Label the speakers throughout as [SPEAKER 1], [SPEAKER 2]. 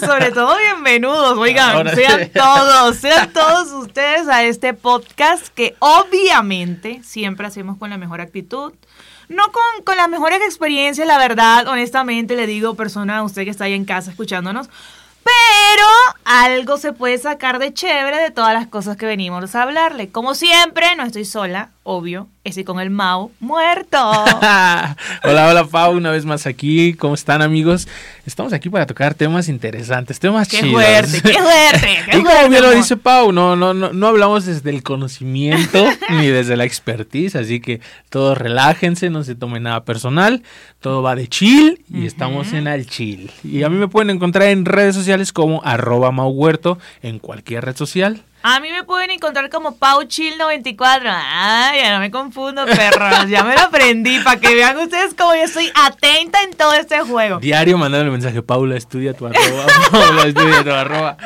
[SPEAKER 1] sobre todo bienvenidos, oigan,
[SPEAKER 2] Ahora sí.
[SPEAKER 1] sean todos, sean todos ustedes a este podcast que obviamente siempre hacemos con la mejor actitud. No con, con las mejores experiencias, la verdad, honestamente le digo, persona, usted que está ahí en casa escuchándonos, pero algo se puede sacar de chévere de todas las cosas que venimos a hablarle. Como siempre, no estoy sola, obvio, estoy con el Mau muerto.
[SPEAKER 2] hola, hola Pau, una vez más aquí. ¿Cómo están amigos? Estamos aquí para tocar temas interesantes, temas
[SPEAKER 1] ¡Qué
[SPEAKER 2] chidos.
[SPEAKER 1] fuerte, qué fuerte! qué
[SPEAKER 2] Y como
[SPEAKER 1] fuerte,
[SPEAKER 2] bien lo
[SPEAKER 1] amor.
[SPEAKER 2] dice Pau, no, no, no, no hablamos desde el conocimiento ni desde la expertise, así que todos relájense, no se tomen nada personal, todo va de chill y estamos en al chill. Y a mí me pueden encontrar en redes sociales como arroba Mau Huerto, en cualquier red social.
[SPEAKER 1] A mí me pueden encontrar como Pauchil94. Ah, ya no me confundo, perros. Ya me lo aprendí para que vean ustedes cómo yo estoy atenta en todo este juego.
[SPEAKER 2] Diario mandando el mensaje, Paula, estudia tu arroba, Paula, estudia tu arroba.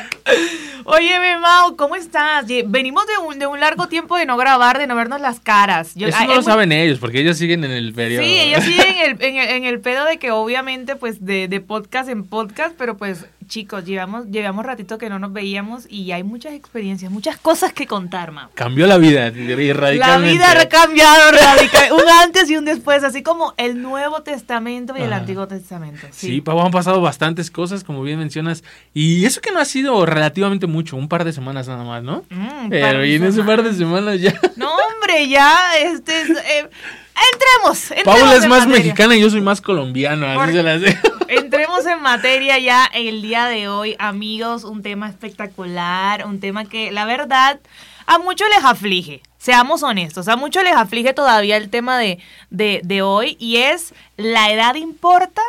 [SPEAKER 1] Oye, mi Mau, ¿cómo estás? Ye- Venimos de un, de un largo tiempo de no grabar, de no vernos las caras. Yo-
[SPEAKER 2] Eso
[SPEAKER 1] ah,
[SPEAKER 2] no
[SPEAKER 1] es
[SPEAKER 2] lo
[SPEAKER 1] muy-
[SPEAKER 2] saben ellos, porque ellos siguen en el periodo.
[SPEAKER 1] Sí, ellos siguen en el, en, el, en el pedo de que obviamente pues de, de podcast en podcast, pero pues chicos, llevamos, llevamos ratito que no nos veíamos y hay muchas experiencias, muchas cosas que contar, Mau.
[SPEAKER 2] Cambió la vida, y
[SPEAKER 1] La
[SPEAKER 2] radicalmente.
[SPEAKER 1] vida ha cambiado radical. Un antes y un después, así como el Nuevo Testamento y el
[SPEAKER 2] Ajá.
[SPEAKER 1] Antiguo Testamento.
[SPEAKER 2] Sí, Pau, han pasado bastantes cosas, como bien mencionas. Y eso que no ha sido relativamente mucho, un par de semanas nada más, ¿no?
[SPEAKER 1] Mm, par
[SPEAKER 2] Pero
[SPEAKER 1] de
[SPEAKER 2] y en eh, ese
[SPEAKER 1] semanas.
[SPEAKER 2] par de semanas ya.
[SPEAKER 1] No, hombre, ya, este, es, eh, entremos, entremos.
[SPEAKER 2] Paula es
[SPEAKER 1] en
[SPEAKER 2] más
[SPEAKER 1] materia.
[SPEAKER 2] mexicana y yo soy más colombiano, así
[SPEAKER 1] Por-
[SPEAKER 2] se las digo.
[SPEAKER 1] Entremos en materia ya el día de hoy, amigos, un tema espectacular, un tema que la verdad a muchos les aflige, seamos honestos, a muchos les aflige todavía el tema de, de, de hoy y es, ¿la edad importa?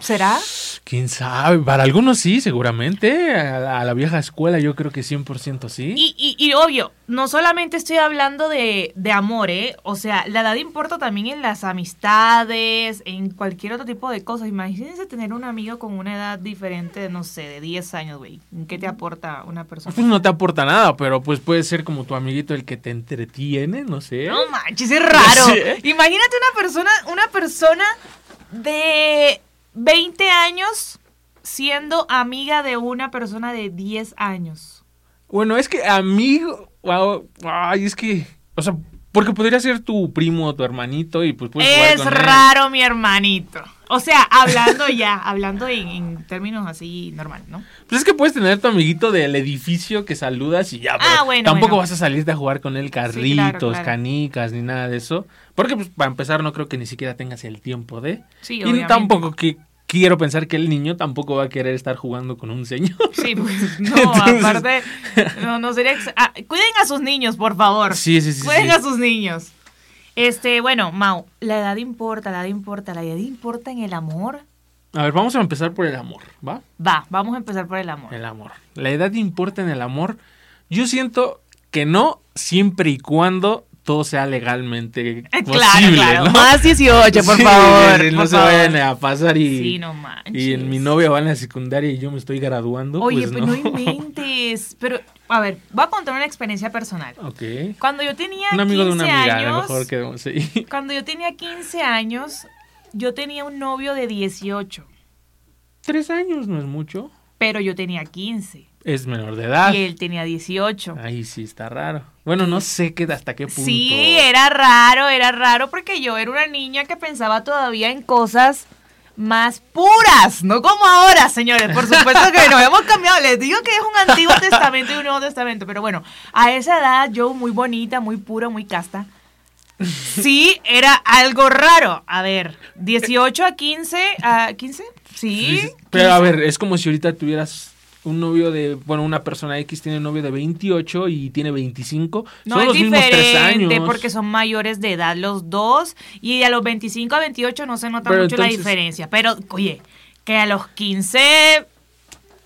[SPEAKER 1] ¿Será?
[SPEAKER 2] ¿Quién sabe? Para algunos sí, seguramente. A la, a la vieja escuela yo creo que 100% sí.
[SPEAKER 1] Y, y- y obvio, no solamente estoy hablando de, de amor, ¿eh? O sea, la edad importa también en las amistades, en cualquier otro tipo de cosas. Imagínense tener un amigo con una edad diferente, de, no sé, de 10 años, güey. ¿En ¿Qué te aporta una persona?
[SPEAKER 2] Pues no te aporta nada, pero pues puede ser como tu amiguito el que te entretiene, no sé.
[SPEAKER 1] No manches, es raro.
[SPEAKER 2] Sí, ¿eh?
[SPEAKER 1] Imagínate una persona, una persona de 20 años siendo amiga de una persona de 10 años.
[SPEAKER 2] Bueno, es que amigo, wow, ay, es que, o sea, porque podría ser tu primo o tu hermanito y pues puedes jugar
[SPEAKER 1] Es
[SPEAKER 2] con él.
[SPEAKER 1] raro, mi hermanito. O sea, hablando ya, hablando en, en términos así normal, ¿no?
[SPEAKER 2] Pues es que puedes tener tu amiguito del edificio que saludas y ya, pero
[SPEAKER 1] Ah, bueno,
[SPEAKER 2] tampoco
[SPEAKER 1] bueno.
[SPEAKER 2] vas a salirte a jugar con él carritos,
[SPEAKER 1] claro.
[SPEAKER 2] canicas, ni nada de eso. Porque pues para empezar no creo que ni siquiera tengas el tiempo de...
[SPEAKER 1] Sí,
[SPEAKER 2] y
[SPEAKER 1] obviamente.
[SPEAKER 2] tampoco que quiero pensar que el niño tampoco va a querer estar jugando con un señor.
[SPEAKER 1] Sí, pues no,
[SPEAKER 2] Entonces-
[SPEAKER 1] aparte, no, no sería... ex- ah, cuiden a sus niños, por favor.
[SPEAKER 2] Sí, sí, sí. sí.
[SPEAKER 1] cuiden a sus niños. Este, bueno, Mau, la edad importa, la edad importa, la edad importa en el amor.
[SPEAKER 2] A ver, vamos a empezar por el amor, ¿va?
[SPEAKER 1] Va, vamos a empezar por el amor.
[SPEAKER 2] El amor. ¿La edad importa en el amor? Yo siento que no, siempre y cuando todo sea legalmente
[SPEAKER 1] Eh,
[SPEAKER 2] posible, ¿no?
[SPEAKER 1] Más 18, por
[SPEAKER 2] Sí,
[SPEAKER 1] favor.
[SPEAKER 2] sí, sí, no
[SPEAKER 1] por
[SPEAKER 2] se
[SPEAKER 1] favor.
[SPEAKER 2] vayan a pasar y,
[SPEAKER 1] Sí, no manches.
[SPEAKER 2] y en mi novia va en la secundaria y yo me estoy graduando.
[SPEAKER 1] Oye,
[SPEAKER 2] pues
[SPEAKER 1] pero no. inventes. Pero, a ver, voy a contar una experiencia personal.
[SPEAKER 2] Ok.
[SPEAKER 1] Cuando yo tenía
[SPEAKER 2] Un
[SPEAKER 1] 15
[SPEAKER 2] amigo de una amiga, a lo
[SPEAKER 1] años,
[SPEAKER 2] mejor quedamos ahí.
[SPEAKER 1] cuando yo tenía 15 años, yo tenía un novio de 18,
[SPEAKER 2] Tres años no es mucho.
[SPEAKER 1] pero yo tenía 15
[SPEAKER 2] Es menor de edad.
[SPEAKER 1] y él tenía 18.
[SPEAKER 2] Ahí sí está raro. Bueno, no sé qué, hasta qué punto.
[SPEAKER 1] Sí, era raro, era raro porque yo era una niña que pensaba todavía en cosas más puras, no como ahora, señores. Por supuesto que nos hemos cambiado. Les digo que es un antiguo testamento y un nuevo testamento, pero bueno, a esa edad yo muy bonita, muy pura, muy casta. Sí, era algo raro. A ver, 18 a 15, a 15? Sí.
[SPEAKER 2] Pero a ver, es como si ahorita tuvieras un novio de, bueno, una persona X tiene un novio de 28 y tiene 25.
[SPEAKER 1] No
[SPEAKER 2] son
[SPEAKER 1] es
[SPEAKER 2] los mismos tres
[SPEAKER 1] diferente
[SPEAKER 2] años.
[SPEAKER 1] porque son mayores de edad los dos y a los 25 a 28 no se nota
[SPEAKER 2] Pero
[SPEAKER 1] mucho la
[SPEAKER 2] entonces-
[SPEAKER 1] diferencia. Pero, oye, que a los 15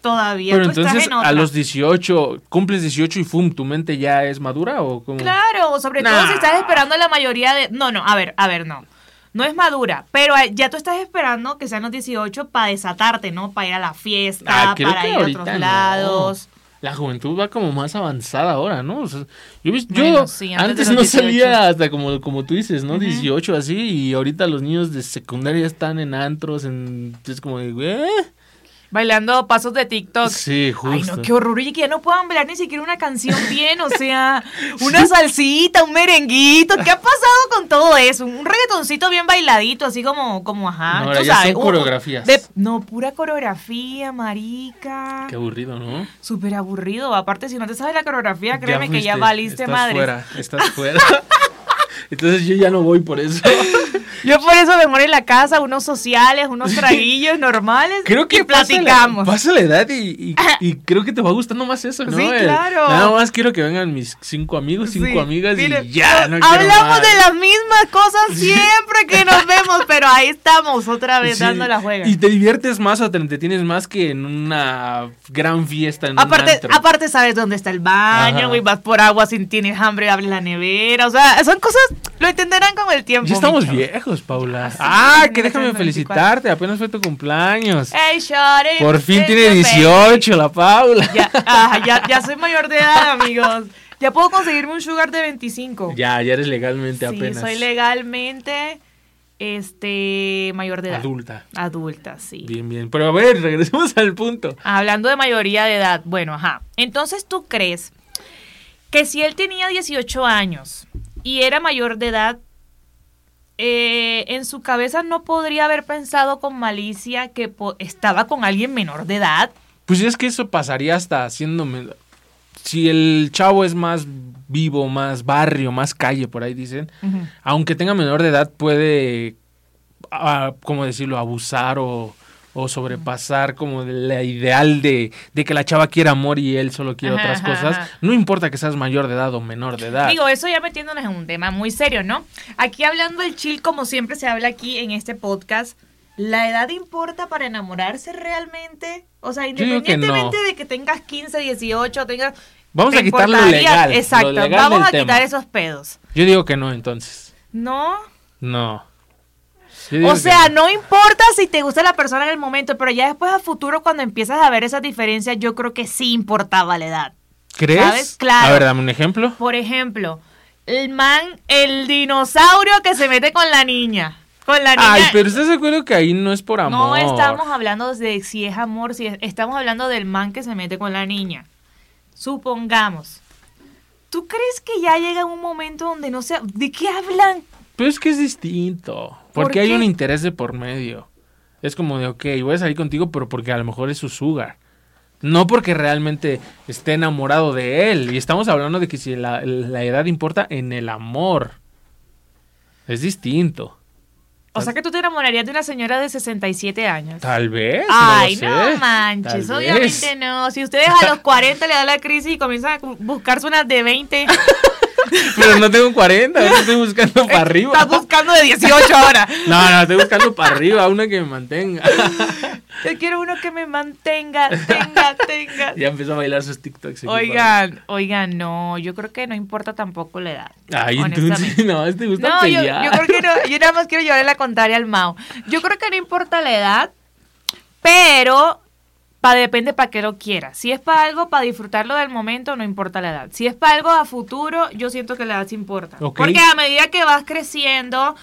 [SPEAKER 1] todavía
[SPEAKER 2] Pero
[SPEAKER 1] tú estás
[SPEAKER 2] entonces
[SPEAKER 1] en otra.
[SPEAKER 2] a los 18, cumples 18 y fum, ¿tu mente ya es madura o cómo?
[SPEAKER 1] Claro, sobre todo
[SPEAKER 2] Nah.
[SPEAKER 1] si estás esperando la mayoría de... No, no, a ver, a ver, no. No es madura, pero eh, ya tú estás esperando que sean los 18 para desatarte, ¿no? Para ir a la fiesta,
[SPEAKER 2] Ah, creo
[SPEAKER 1] para
[SPEAKER 2] que
[SPEAKER 1] ir a
[SPEAKER 2] ahorita
[SPEAKER 1] otros lados.
[SPEAKER 2] no. La juventud va como más avanzada ahora, ¿no? O sea, yo vis- yo
[SPEAKER 1] Bueno, sí, antes
[SPEAKER 2] antes,
[SPEAKER 1] de
[SPEAKER 2] no
[SPEAKER 1] los 18.
[SPEAKER 2] salía hasta como, como tú dices, ¿no?
[SPEAKER 1] Ujú.
[SPEAKER 2] 18 así, y ahorita los niños de secundaria están en antros, en... Es como de, "¿Eh?".
[SPEAKER 1] Bailando pasos de TikTok.
[SPEAKER 2] Sí, justo.
[SPEAKER 1] Ay, no, qué horror. Oye, que ya no puedan bailar ni siquiera una canción bien, o sea, una salsita, un merenguito. ¿Qué ha pasado con todo eso? Un reggaetoncito bien bailadito, así como, como ajá.
[SPEAKER 2] No,
[SPEAKER 1] tú
[SPEAKER 2] ahora ya
[SPEAKER 1] sabes,
[SPEAKER 2] son
[SPEAKER 1] un-
[SPEAKER 2] coreografías.
[SPEAKER 1] de- no, pura coreografía, marica.
[SPEAKER 2] Qué aburrido, ¿no?
[SPEAKER 1] Súper aburrido. Aparte, si no te sabes la coreografía,
[SPEAKER 2] Ya
[SPEAKER 1] créeme que ya
[SPEAKER 2] fuiste,
[SPEAKER 1] valiste
[SPEAKER 2] estás
[SPEAKER 1] madre.
[SPEAKER 2] Fuera, estás fuera. Entonces yo ya no voy por eso.
[SPEAKER 1] Yo por eso me muero en la casa, unos sociales, unos traguillos normales.
[SPEAKER 2] Creo que
[SPEAKER 1] y platicamos. Pues
[SPEAKER 2] Pasa la, pasa la edad y, y- y creo que te va gustando más eso, ¿no?
[SPEAKER 1] Sí,
[SPEAKER 2] El-
[SPEAKER 1] claro.
[SPEAKER 2] nada más quiero que vengan mis cinco amigos, cinco
[SPEAKER 1] Sí,
[SPEAKER 2] amigas
[SPEAKER 1] mire,
[SPEAKER 2] y ya. No quiero
[SPEAKER 1] Hablamos
[SPEAKER 2] más.
[SPEAKER 1] de las mismas cosas siempre que nos vemos, pero ahí estamos otra vez
[SPEAKER 2] Sí,
[SPEAKER 1] dando la juega.
[SPEAKER 2] Y te diviertes más o te entretienes más que en una gran fiesta. En un
[SPEAKER 1] Aparte,
[SPEAKER 2] antro.
[SPEAKER 1] aparte sabes dónde está el baño,
[SPEAKER 2] Ajá.
[SPEAKER 1] güey, vas por agua sin tienes hambre, abres la nevera, o sea, son cosas, lo entenderán con el tiempo.
[SPEAKER 2] ya estamos
[SPEAKER 1] micho.
[SPEAKER 2] viejos, Paula.
[SPEAKER 1] sí,
[SPEAKER 2] ah,
[SPEAKER 1] ya
[SPEAKER 2] que
[SPEAKER 1] tengo
[SPEAKER 2] déjame
[SPEAKER 1] 94.
[SPEAKER 2] felicitarte. Apenas fue tu cumpleaños.
[SPEAKER 1] Ey, shawty,
[SPEAKER 2] Por fin
[SPEAKER 1] ey,
[SPEAKER 2] tiene
[SPEAKER 1] Eh, qué
[SPEAKER 2] 18 la Paula.
[SPEAKER 1] feliz. Ya, ajá, ya, ya soy mayor de edad, amigos. Ya puedo conseguirme un sugar de 25.
[SPEAKER 2] Ya, ya eres legalmente
[SPEAKER 1] sí,
[SPEAKER 2] apenas.
[SPEAKER 1] soy legalmente este mayor de edad.
[SPEAKER 2] Adulta.
[SPEAKER 1] Adulta, sí.
[SPEAKER 2] Bien, bien. Pero a ver, regresemos al punto.
[SPEAKER 1] Hablando de mayoría de edad, bueno, ajá. Entonces tú crees que si él tenía 18 años y era mayor de edad, eh, en su cabeza no podría haber pensado con malicia que po- estaba con alguien menor de edad.
[SPEAKER 2] Pues es que eso pasaría hasta haciéndome. Si el chavo es más vivo, más barrio, más calle, por ahí dicen, aunque tenga menor de edad, puede, ah, ¿cómo decirlo?, abusar o, o sobrepasar como la ideal de, de que la chava quiera amor y él solo quiere
[SPEAKER 1] Ajá,
[SPEAKER 2] otras
[SPEAKER 1] ajá,
[SPEAKER 2] cosas.
[SPEAKER 1] ajá.
[SPEAKER 2] No importa que seas mayor de edad o menor de edad.
[SPEAKER 1] Digo, eso ya metiéndonos en un tema muy serio, ¿no? Aquí hablando del chill, como siempre se habla aquí en este podcast, ¿la edad importa para enamorarse realmente? O sea,
[SPEAKER 2] digo que
[SPEAKER 1] independientemente
[SPEAKER 2] no.
[SPEAKER 1] de que tengas 15, 18, tengas...
[SPEAKER 2] Vamos
[SPEAKER 1] ¿te
[SPEAKER 2] a quitar lo
[SPEAKER 1] importaría?
[SPEAKER 2] legal, lo
[SPEAKER 1] Exacto,
[SPEAKER 2] legal
[SPEAKER 1] vamos
[SPEAKER 2] del
[SPEAKER 1] a
[SPEAKER 2] tema.
[SPEAKER 1] quitar esos pedos.
[SPEAKER 2] Yo digo que no, entonces.
[SPEAKER 1] No,
[SPEAKER 2] No. Yo digo
[SPEAKER 1] o
[SPEAKER 2] que
[SPEAKER 1] sea,
[SPEAKER 2] no.
[SPEAKER 1] no importa si te gusta la persona en el momento, pero ya después a futuro cuando empiezas a ver esas diferencias, yo creo que sí importaba la edad.
[SPEAKER 2] ¿Crees?
[SPEAKER 1] ¿sabes? Claro.
[SPEAKER 2] A ver, dame un ejemplo.
[SPEAKER 1] Por ejemplo, el man, el dinosaurio que se mete con la niña. Con la niña.
[SPEAKER 2] Ay, pero ¿estás de acuerdo que ahí no es por
[SPEAKER 1] no
[SPEAKER 2] amor?
[SPEAKER 1] estamos hablando de si es amor, si es- estamos hablando del man que se mete con la niña. Supongamos. ¿Tú crees que ya llega un momento donde no se... ¿De qué hablan?
[SPEAKER 2] Pero es que es distinto.
[SPEAKER 1] ¿Por
[SPEAKER 2] Porque hay
[SPEAKER 1] qué?
[SPEAKER 2] un interés de por medio. Es como de, ok, voy a salir contigo, pero porque a lo mejor es su sugar. No porque realmente esté enamorado de él. Y estamos hablando de que si la, la edad importa en el amor. Es distinto.
[SPEAKER 1] O sea que tú te enamorarías de una señora de 67 años.
[SPEAKER 2] Tal vez.
[SPEAKER 1] Ay,
[SPEAKER 2] no, lo
[SPEAKER 1] no
[SPEAKER 2] sé.
[SPEAKER 1] manches,
[SPEAKER 2] Tal
[SPEAKER 1] obviamente
[SPEAKER 2] vez.
[SPEAKER 1] no. Si ustedes a los 40 le da la crisis y comienzan a cu- buscarse unas de 20,
[SPEAKER 2] Pero no tengo 40, ahora estoy buscando para arriba.
[SPEAKER 1] estás buscando de 18 ahora.
[SPEAKER 2] No, no, estoy buscando para arriba, una que me mantenga.
[SPEAKER 1] Yo quiero uno que me mantenga, tenga, tenga.
[SPEAKER 2] Ya empezó a bailar sus TikToks. aquí,
[SPEAKER 1] Oigan, oigan, no, yo creo que no importa tampoco la edad.
[SPEAKER 2] Pablo. Ay,
[SPEAKER 1] honestamente.
[SPEAKER 2] entonces, no, te gusta
[SPEAKER 1] No, yo,
[SPEAKER 2] pelear.
[SPEAKER 1] yo creo que no, yo nada más quiero llevarle la contraria al Mao. Yo creo que no importa la edad, pero pa, depende para qué lo quiera. Si es para algo, para disfrutarlo del momento, no importa la edad. Si es para algo a futuro, yo siento que la edad sí importa.
[SPEAKER 2] Ok.
[SPEAKER 1] Porque a medida que vas creciendo,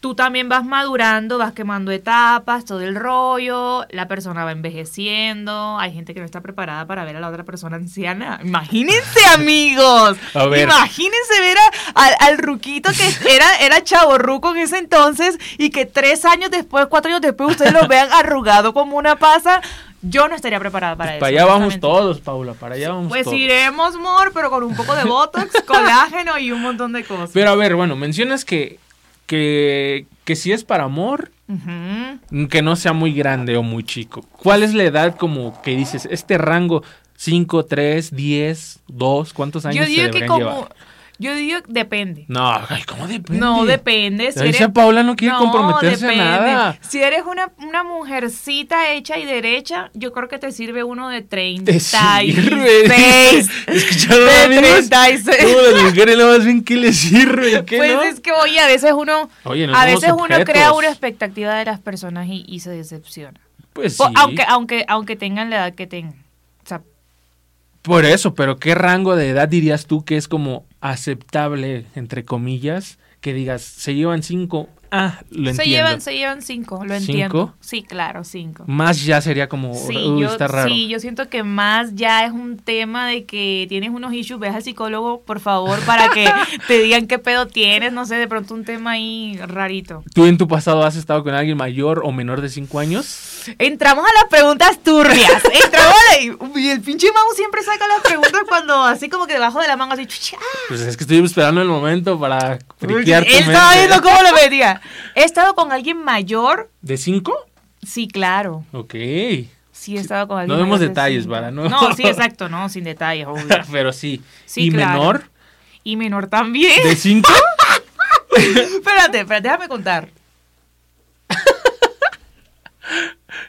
[SPEAKER 1] tú también vas madurando, vas quemando etapas, todo el rollo, la persona va envejeciendo, hay gente que no está preparada para ver a la otra persona anciana. Imagínense, amigos.
[SPEAKER 2] A ver.
[SPEAKER 1] Imagínense ver a- al, al ruquito que era, era chaborruco en ese entonces y que tres años después, cuatro años después, ustedes lo vean arrugado como una pasa. Yo no estaría preparada para
[SPEAKER 2] Pues
[SPEAKER 1] eso.
[SPEAKER 2] para allá vamos
[SPEAKER 1] honestamente.
[SPEAKER 2] todos, Paula, para allá vamos
[SPEAKER 1] Pues
[SPEAKER 2] todos.
[SPEAKER 1] iremos, amor, pero con un poco de botox, colágeno y un montón de cosas.
[SPEAKER 2] Pero a ver, bueno, mencionas que, que, que si es para amor,
[SPEAKER 1] Ujú.
[SPEAKER 2] que no sea muy grande o muy chico. ¿Cuál es la edad como que dices, este rango 5, 3, 10, 2, cuántos
[SPEAKER 1] Yo
[SPEAKER 2] años
[SPEAKER 1] digo
[SPEAKER 2] se
[SPEAKER 1] que
[SPEAKER 2] deberían
[SPEAKER 1] como.
[SPEAKER 2] llevar?
[SPEAKER 1] Yo digo depende.
[SPEAKER 2] No, ay, ¿cómo depende?
[SPEAKER 1] No, depende. Si
[SPEAKER 2] Ahí
[SPEAKER 1] eres-
[SPEAKER 2] sí, Paula no quiere
[SPEAKER 1] No,
[SPEAKER 2] comprometerse a
[SPEAKER 1] depende.
[SPEAKER 2] nada.
[SPEAKER 1] Si eres una, una mujercita hecha y derecha, yo creo que te sirve uno de
[SPEAKER 2] Te
[SPEAKER 1] 36.
[SPEAKER 2] sirve. Escucharon
[SPEAKER 1] De
[SPEAKER 2] amigos,
[SPEAKER 1] 36.
[SPEAKER 2] Como las mujeres no más bien qué les sirve, y qué
[SPEAKER 1] Pues
[SPEAKER 2] no.
[SPEAKER 1] es que, oye, a veces uno,
[SPEAKER 2] Oye, no
[SPEAKER 1] a
[SPEAKER 2] somos
[SPEAKER 1] veces uno
[SPEAKER 2] objetos.
[SPEAKER 1] crea una expectativa de las personas y, y se decepciona.
[SPEAKER 2] Pues sí.
[SPEAKER 1] O- aunque, aunque, aunque tengan la edad que tengan. O sea,
[SPEAKER 2] Por eso, pero ¿qué rango de edad dirías tú que es como aceptable, entre comillas, que digas, se llevan cinco ah, lo entiendo.
[SPEAKER 1] Se llevan, se llevan cinco, lo entiendo.
[SPEAKER 2] ¿Cinco?
[SPEAKER 1] Sí, claro, cinco.
[SPEAKER 2] Más ya sería como,
[SPEAKER 1] Sí
[SPEAKER 2] "Uy,
[SPEAKER 1] yo,
[SPEAKER 2] está raro.
[SPEAKER 1] sí, yo siento que más ya es un tema de que tienes unos issues, ves al psicólogo, por favor, para que te digan qué pedo tienes, no sé, de pronto un tema ahí rarito.
[SPEAKER 2] ¿Tú en tu pasado has estado con alguien mayor o menor de 5 años?
[SPEAKER 1] Entramos a las preguntas turbias. Entramos a la- y el pinche Mau siempre saca las preguntas cuando así como que debajo de la manga así. chuchi, ah.
[SPEAKER 2] Pues es que estoy esperando el momento para friquear tu
[SPEAKER 1] Él estaba
[SPEAKER 2] mente.
[SPEAKER 1] viendo cómo lo metía. He estado con alguien mayor.
[SPEAKER 2] ¿De 5?
[SPEAKER 1] Sí, claro.
[SPEAKER 2] Ok.
[SPEAKER 1] Sí, he estado con alguien
[SPEAKER 2] No
[SPEAKER 1] mayor
[SPEAKER 2] demos
[SPEAKER 1] de
[SPEAKER 2] detalles,
[SPEAKER 1] cinco.
[SPEAKER 2] para no-
[SPEAKER 1] No, sí, exacto, no, sin detalles, obvio.
[SPEAKER 2] Pero sí.
[SPEAKER 1] Sí,
[SPEAKER 2] ¿Y
[SPEAKER 1] claro.
[SPEAKER 2] menor?
[SPEAKER 1] Y menor también.
[SPEAKER 2] ¿De 5?
[SPEAKER 1] Espérate, espérate, déjame contar.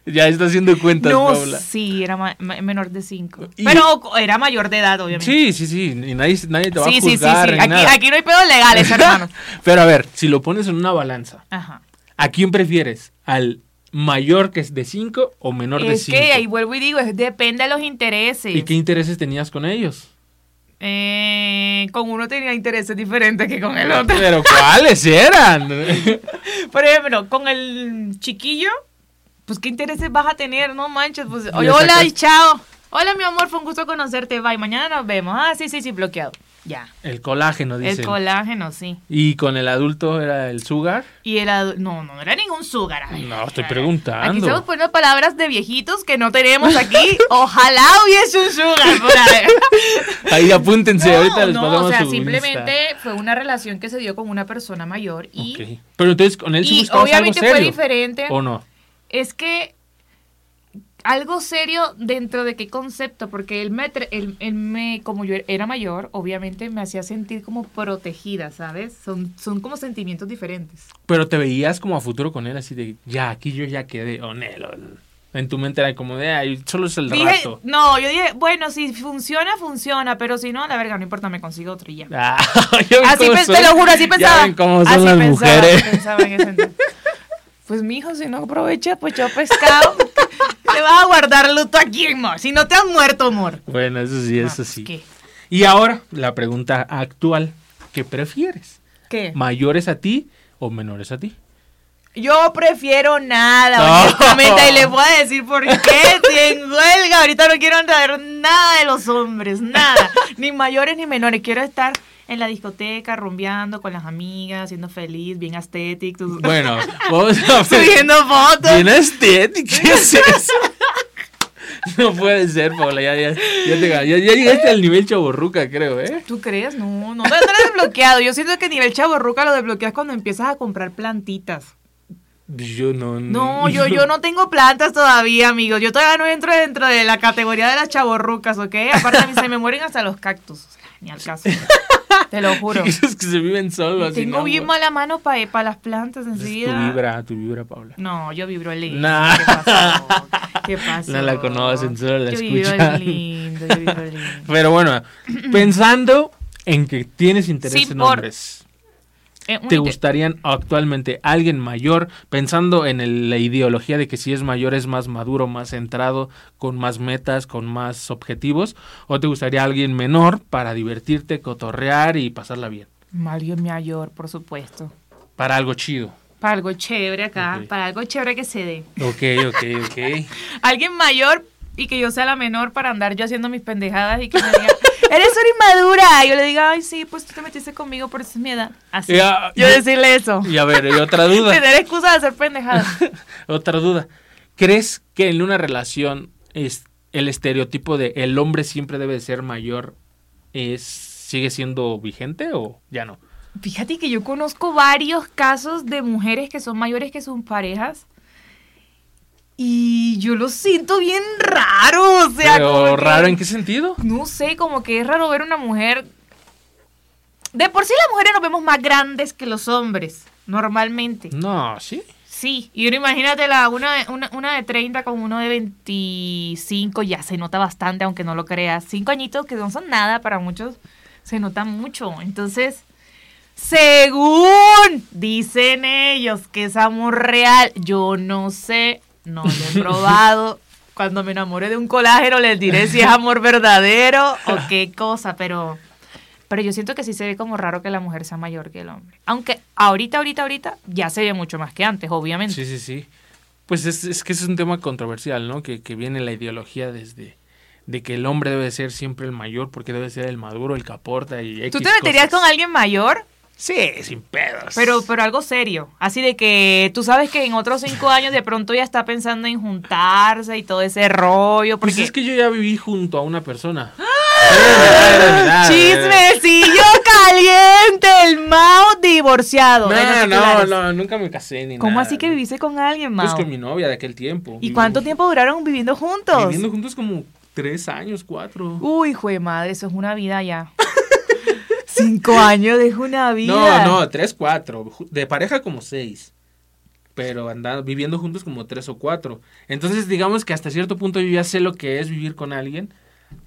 [SPEAKER 2] ya está haciendo cuentas,
[SPEAKER 1] No,
[SPEAKER 2] Paula.
[SPEAKER 1] sí, era ma- ma- menor de 5.
[SPEAKER 2] Y-
[SPEAKER 1] Pero co- era mayor de edad, obviamente.
[SPEAKER 2] Sí, sí, sí. Y nadie, nadie te va
[SPEAKER 1] sí,
[SPEAKER 2] a juzgar ni
[SPEAKER 1] Aquí,
[SPEAKER 2] nada.
[SPEAKER 1] aquí no hay pedos legales, hermano.
[SPEAKER 2] Pero a ver, si lo pones en una balanza,
[SPEAKER 1] Ajá.
[SPEAKER 2] ¿a quién prefieres? ¿Al mayor que es de 5 o menor de
[SPEAKER 1] Es
[SPEAKER 2] 5?
[SPEAKER 1] que ahí vuelvo y digo, es, depende de los intereses.
[SPEAKER 2] ¿Y qué intereses tenías con ellos?
[SPEAKER 1] Eh, con uno tenía intereses diferentes que con el otro.
[SPEAKER 2] Pero ¿cuáles eran?
[SPEAKER 1] Por ejemplo, con el chiquillo, pues qué intereses vas a tener, no manches. Pues,
[SPEAKER 2] Ya
[SPEAKER 1] oye, hola
[SPEAKER 2] sacas-
[SPEAKER 1] y chao. Hola, mi amor, fue un gusto conocerte. Bye, mañana nos vemos. Ah, sí, sí, sí, bloqueado. Ya.
[SPEAKER 2] El colágeno, dicen.
[SPEAKER 1] El colágeno, sí.
[SPEAKER 2] ¿Y con el adulto era el sugar?
[SPEAKER 1] Y el adu- No, no era ningún sugar. a ver.
[SPEAKER 2] No, estoy
[SPEAKER 1] Aquí estamos
[SPEAKER 2] preguntando.
[SPEAKER 1] poniendo palabras de viejitos que no tenemos aquí. Ojalá hubiese un sugar por ahí.
[SPEAKER 2] Ahí apúntense,
[SPEAKER 1] No,
[SPEAKER 2] ahorita les
[SPEAKER 1] no,
[SPEAKER 2] pasamos
[SPEAKER 1] o sea,
[SPEAKER 2] su
[SPEAKER 1] simplemente fue una relación que se dio con una persona mayor y,
[SPEAKER 2] Insta. Ok. Pero entonces con él sí
[SPEAKER 1] y
[SPEAKER 2] buscabas algo
[SPEAKER 1] obviamente fue
[SPEAKER 2] serio.
[SPEAKER 1] diferente.
[SPEAKER 2] ¿O no?
[SPEAKER 1] Es que algo serio dentro de qué concepto, porque él me, tra- él, él me, como yo era mayor, obviamente me hacía sentir como protegida, ¿sabes? Son, son como sentimientos diferentes.
[SPEAKER 2] Pero te veías como a futuro con él, así de ya, aquí yo ya quedé, o Nelo. En tu mente era como de, ay, solo es el
[SPEAKER 1] Dije,
[SPEAKER 2] rato.
[SPEAKER 1] no, yo dije, bueno, si funciona, funciona, pero si no, la verga, no importa, me consigo otro y ya.
[SPEAKER 2] Ah, ya ven
[SPEAKER 1] Así
[SPEAKER 2] cómo
[SPEAKER 1] pe-
[SPEAKER 2] son.
[SPEAKER 1] te lo juro, así
[SPEAKER 2] Ya
[SPEAKER 1] pensaba.
[SPEAKER 2] ven cómo son
[SPEAKER 1] así
[SPEAKER 2] las
[SPEAKER 1] pensaba,
[SPEAKER 2] mujeres.
[SPEAKER 1] así pensaba en ese entonces. Pues mi hijo, si no aprovecha, pues yo pescado. Te vas a guardar luto aquí, amor. Si no te has muerto, amor.
[SPEAKER 2] Bueno, eso sí,
[SPEAKER 1] No,
[SPEAKER 2] eso
[SPEAKER 1] pues,
[SPEAKER 2] sí.
[SPEAKER 1] ¿Qué?
[SPEAKER 2] Y ahora, la pregunta actual, ¿qué prefieres?
[SPEAKER 1] ¿Qué?
[SPEAKER 2] ¿Mayores a ti o menores a ti?
[SPEAKER 1] Yo prefiero nada,
[SPEAKER 2] No.
[SPEAKER 1] honestamente. Y les voy a decir por qué. Estoy en huelga. Ahorita no quiero saber nada de los hombres, nada. Ni mayores ni menores. Quiero estar en la discoteca, rumbeando con las amigas, siendo feliz, bien estético.
[SPEAKER 2] Bueno, vamos a ver.
[SPEAKER 1] Subiendo fotos.
[SPEAKER 2] Bien estética, ¿qué es eso? No puede ser, Paula, ya, ya, ya, te- ya- ya llegaste al nivel chaborruca, creo, ¿eh?
[SPEAKER 1] ¿Tú crees? No, no, no lo he desbloqueado. Yo siento que a nivel chaborruca lo desbloqueas cuando empiezas a comprar plantitas.
[SPEAKER 2] Pues Yo no...
[SPEAKER 1] No, yo, yo no tengo plantas todavía, amigos. Yo todavía no entro dentro de la categoría de las chaborrucas, ¿ok? Aparte, a mí se me mueren hasta los cactus. O sea, ni al caso. Te lo juro.
[SPEAKER 2] Esos que se viven solos. así,
[SPEAKER 1] Tengo
[SPEAKER 2] no,
[SPEAKER 1] bien
[SPEAKER 2] güey.
[SPEAKER 1] mala mano para las plantas
[SPEAKER 2] Esa es
[SPEAKER 1] enseguida.
[SPEAKER 2] Tu vibra, tu vibra, Paula.
[SPEAKER 1] No, yo vibro el lindo.
[SPEAKER 2] Nah.
[SPEAKER 1] ¿Qué pasó? ¿Qué pasó?
[SPEAKER 2] No la conocen, solo la
[SPEAKER 1] Yo vibro
[SPEAKER 2] escuchan.
[SPEAKER 1] el lindo, yo vibro el lindo.
[SPEAKER 2] Pero bueno, pensando en que tienes interés
[SPEAKER 1] Sí,
[SPEAKER 2] en
[SPEAKER 1] por-
[SPEAKER 2] hombres...
[SPEAKER 1] Eh, un
[SPEAKER 2] ¿Te
[SPEAKER 1] inte-
[SPEAKER 2] gustarían actualmente alguien mayor, pensando en el- la ideología de que si es mayor es más maduro, más centrado, con más metas, con más objetivos? ¿O te gustaría alguien menor para divertirte, cotorrear y pasarla bien?
[SPEAKER 1] Mario es mayor, por supuesto.
[SPEAKER 2] Para algo chido.
[SPEAKER 1] Para algo chévere acá,
[SPEAKER 2] Ok.
[SPEAKER 1] para algo chévere que se dé.
[SPEAKER 2] Ok, ok, ok.
[SPEAKER 1] Alguien mayor y que yo sea la menor para andar yo haciendo mis pendejadas y que me diga, eres una inmadura. Y yo le diga, ay, sí, pues tú te metiste conmigo por esa es mi edad. Así.
[SPEAKER 2] Ya,
[SPEAKER 1] yo
[SPEAKER 2] ya-
[SPEAKER 1] decirle eso.
[SPEAKER 2] Y a ver, y otra duda,
[SPEAKER 1] Tener excusa de hacer pendejadas.
[SPEAKER 2] otra duda. ¿Crees que en una relación es el estereotipo de el hombre siempre debe de ser mayor es sigue siendo vigente o ya no?
[SPEAKER 1] Fíjate que yo conozco varios casos de mujeres que son mayores que sus parejas. Y yo lo siento bien raro, o sea, como
[SPEAKER 2] Pero
[SPEAKER 1] que-
[SPEAKER 2] raro, ¿en qué sentido?
[SPEAKER 1] no sé, como que es raro ver una mujer. De por sí las mujeres nos vemos más grandes que los hombres, normalmente.
[SPEAKER 2] No, sí.
[SPEAKER 1] Sí, y uno imagínate la, una, una, una de 30 con uno de 25, ya se nota bastante, aunque no lo creas. Cinco añitos que no son nada para muchos, se nota mucho. Entonces, según dicen ellos que es amor real, yo no sé, no lo he probado. Cuando me enamore de un colágeno les diré si es amor verdadero o qué cosa, pero Pero yo siento que sí se ve como raro que la mujer sea mayor que el hombre. Aunque ahorita, ahorita, ahorita ya se ve mucho más que antes, obviamente.
[SPEAKER 2] Sí, sí, sí. Pues es, es que es un tema controversial, ¿no? Que, que viene la ideología desde de que el hombre debe ser siempre el mayor porque debe ser el maduro, el caporta y X
[SPEAKER 1] ¿Tú te meterías
[SPEAKER 2] cosas.
[SPEAKER 1] con alguien mayor?
[SPEAKER 2] Sí, sin pedos. Pues
[SPEAKER 1] Pero, pero algo serio. Así de que tú sabes que en otros cinco años de pronto ya está pensando en juntarse y todo ese rollo. Porque...
[SPEAKER 2] Pues es que yo ya viví junto a una persona.
[SPEAKER 1] ¡Ah! ¡Chismecillo caliente! El Mao divorciado. Ay,
[SPEAKER 2] No,
[SPEAKER 1] sé
[SPEAKER 2] no,
[SPEAKER 1] qué
[SPEAKER 2] no, nunca me casé ni
[SPEAKER 1] ¿Cómo
[SPEAKER 2] nada.
[SPEAKER 1] así que viviste con alguien, Mao?
[SPEAKER 2] Pues con mi novia de aquel tiempo.
[SPEAKER 1] ¿Y
[SPEAKER 2] Vivimos-
[SPEAKER 1] cuánto tiempo duraron viviendo juntos?
[SPEAKER 2] Viviendo juntos como tres años, cuatro.
[SPEAKER 1] Uy, hijo de madre, eso es una vida ya. Cinco años es una vida.
[SPEAKER 2] No, no, tres, cuatro. Ju- De pareja como seis. Pero andando, viviendo juntos como tres o cuatro. Entonces, digamos que hasta cierto punto yo ya sé lo que es vivir con alguien.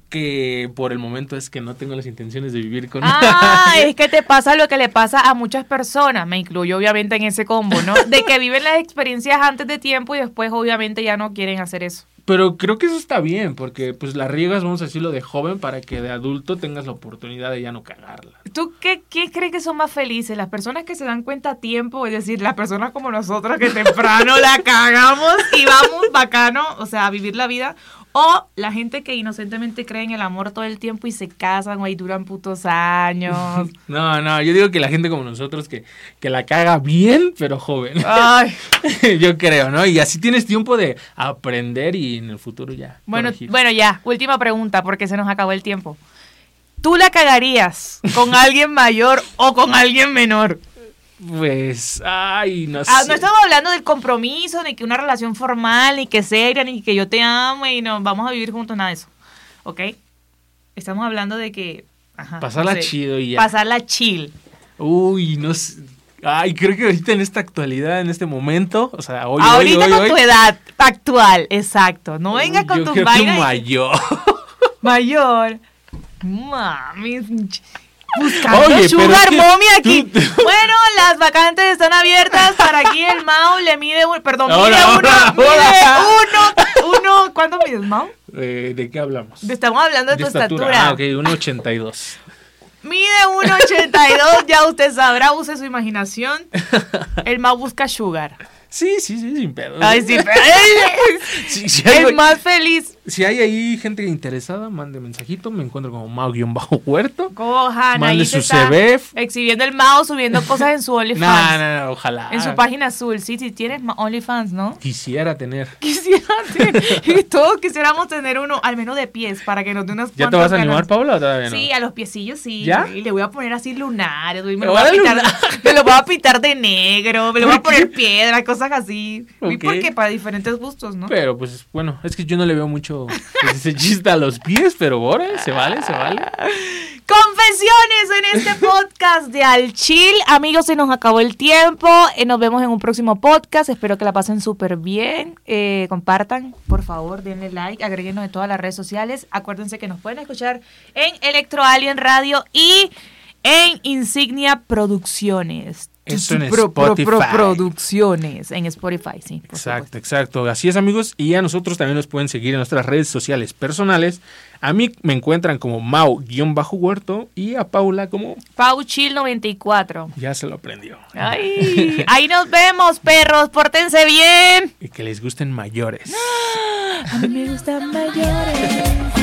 [SPEAKER 2] Que por el momento es que no tengo las intenciones de vivir con
[SPEAKER 1] Ah,
[SPEAKER 2] alguien.
[SPEAKER 1] es que te pasa lo que le pasa a muchas personas, me incluyo obviamente en ese combo, ¿no? De que viven las experiencias antes de tiempo y después obviamente ya no quieren hacer eso.
[SPEAKER 2] Pero creo que eso está bien, porque pues la riegas, vamos a decirlo, de joven para que de adulto tengas la oportunidad de ya no cagarla.
[SPEAKER 1] ¿Tú qué, qué crees que son más felices? ¿Las personas que se dan cuenta a tiempo? Es decir, las personas como nosotros que temprano la cagamos y vamos bacano, o sea, a vivir la vida. O la gente que inocentemente cree en el amor todo el tiempo y se casan, güey, duran putos años.
[SPEAKER 2] No, no, yo digo que la gente como nosotros que, que la caga bien, pero joven.
[SPEAKER 1] Ay.
[SPEAKER 2] yo creo, ¿no? Y así tienes tiempo de aprender y en el futuro ya.
[SPEAKER 1] Bueno,
[SPEAKER 2] corregir.
[SPEAKER 1] bueno, ya, última pregunta, porque se nos acabó el tiempo. ¿Tú la cagarías con alguien mayor o con alguien menor?
[SPEAKER 2] Pues, ay, no sé.
[SPEAKER 1] Ah, no estamos hablando del compromiso, ni que una relación formal, ni que seria, ni que yo te amo y nos vamos a vivir juntos, nada de eso. ¿Ok? Estamos hablando de que... ajá,
[SPEAKER 2] Pasarla
[SPEAKER 1] no sé,
[SPEAKER 2] chido y ya.
[SPEAKER 1] Pasarla chill.
[SPEAKER 2] Uy, no sé. Ay, creo que ahorita en esta actualidad, en este momento, o sea, hoy,
[SPEAKER 1] Ahorita
[SPEAKER 2] hoy, hoy,
[SPEAKER 1] con
[SPEAKER 2] hoy,
[SPEAKER 1] tu edad actual, exacto. No vengas con
[SPEAKER 2] yo
[SPEAKER 1] tu
[SPEAKER 2] creo que
[SPEAKER 1] vaina y-
[SPEAKER 2] mayor.
[SPEAKER 1] mayor. Mami. Buscando
[SPEAKER 2] Oye, pero
[SPEAKER 1] Sugar
[SPEAKER 2] es que
[SPEAKER 1] Mommy aquí.
[SPEAKER 2] tú te-
[SPEAKER 1] Bueno, las vacantes están abiertas. Para aquí el Mau le mide un. Perdón, mide
[SPEAKER 2] Ahora,
[SPEAKER 1] uno.
[SPEAKER 2] ahora,
[SPEAKER 1] mide
[SPEAKER 2] ahora.
[SPEAKER 1] uno. Uno. ¿Cuánto mides, Mau?
[SPEAKER 2] Eh, ¿De qué hablamos?
[SPEAKER 1] Estamos hablando de, tu estatura.
[SPEAKER 2] Ah, ok, 1,82.
[SPEAKER 1] Mide 1,82. ya usted sabrá, use su imaginación. El Mau busca Sugar.
[SPEAKER 2] Sí, sí, sí, sin pedo.
[SPEAKER 1] Ay, sí, pero-
[SPEAKER 2] Sí, sí, hay-
[SPEAKER 1] El más feliz.
[SPEAKER 2] Si hay ahí gente interesada, mande mensajito. Me encuentro como Mau-Huerto.
[SPEAKER 1] Cojan, ahí
[SPEAKER 2] Mande
[SPEAKER 1] se
[SPEAKER 2] su
[SPEAKER 1] está
[SPEAKER 2] CV.
[SPEAKER 1] Exhibiendo el Mau, subiendo cosas en su OnlyFans.
[SPEAKER 2] No, no, no, ojalá.
[SPEAKER 1] En su página azul, sí, sí, tienes ma- OnlyFans, ¿no?
[SPEAKER 2] Quisiera tener.
[SPEAKER 1] Quisiera tener- y todos quisiéramos tener uno, al menos de pies, para que nos dé unas
[SPEAKER 2] ¿Ya te
[SPEAKER 1] cuantas
[SPEAKER 2] vas a animar,
[SPEAKER 1] ganas.
[SPEAKER 2] Paula, o todavía no?
[SPEAKER 1] Sí, a los piecillos sí.
[SPEAKER 2] ¿Ya?
[SPEAKER 1] Y le voy a poner así lunares, güey, Me
[SPEAKER 2] Pero
[SPEAKER 1] lo, voy a
[SPEAKER 2] ahora
[SPEAKER 1] pintar,
[SPEAKER 2] lunares.
[SPEAKER 1] me lo voy a pintar de negro, me lo voy a
[SPEAKER 2] ¿Por qué?
[SPEAKER 1] poner piedra, cosas así. ¿Y
[SPEAKER 2] Ok.
[SPEAKER 1] por qué? Para diferentes gustos, ¿no?
[SPEAKER 2] Pero pues bueno, es que yo no le veo mucho pues, ese chiste a los pies, pero ahora ¿eh? se vale, se vale.
[SPEAKER 1] Ah, Confesiones en este podcast de Al Chill. Amigos, se nos acabó el tiempo. Eh, nos vemos en un próximo podcast. Espero que la pasen súper bien. Eh, compartan, por favor, denle like, agréguenos en todas las redes sociales. Acuérdense que nos pueden escuchar en Electro Alien Radio y en Insignia Producciones.
[SPEAKER 2] Eso en Spotify.
[SPEAKER 1] producciones en Spotify, sí. por supuesto.
[SPEAKER 2] Exacto, exacto. Así es amigos. Y a nosotros también nos pueden seguir en nuestras redes sociales personales. A mí me encuentran como Mau-Huerto y a Paula como
[SPEAKER 1] Pau Chill 94.
[SPEAKER 2] ya se lo aprendió.
[SPEAKER 1] Ay, ahí nos vemos, perros. Pórtense bien. ¡Ah!
[SPEAKER 2] Y que les gusten mayores.
[SPEAKER 1] A mí me gustan mayores.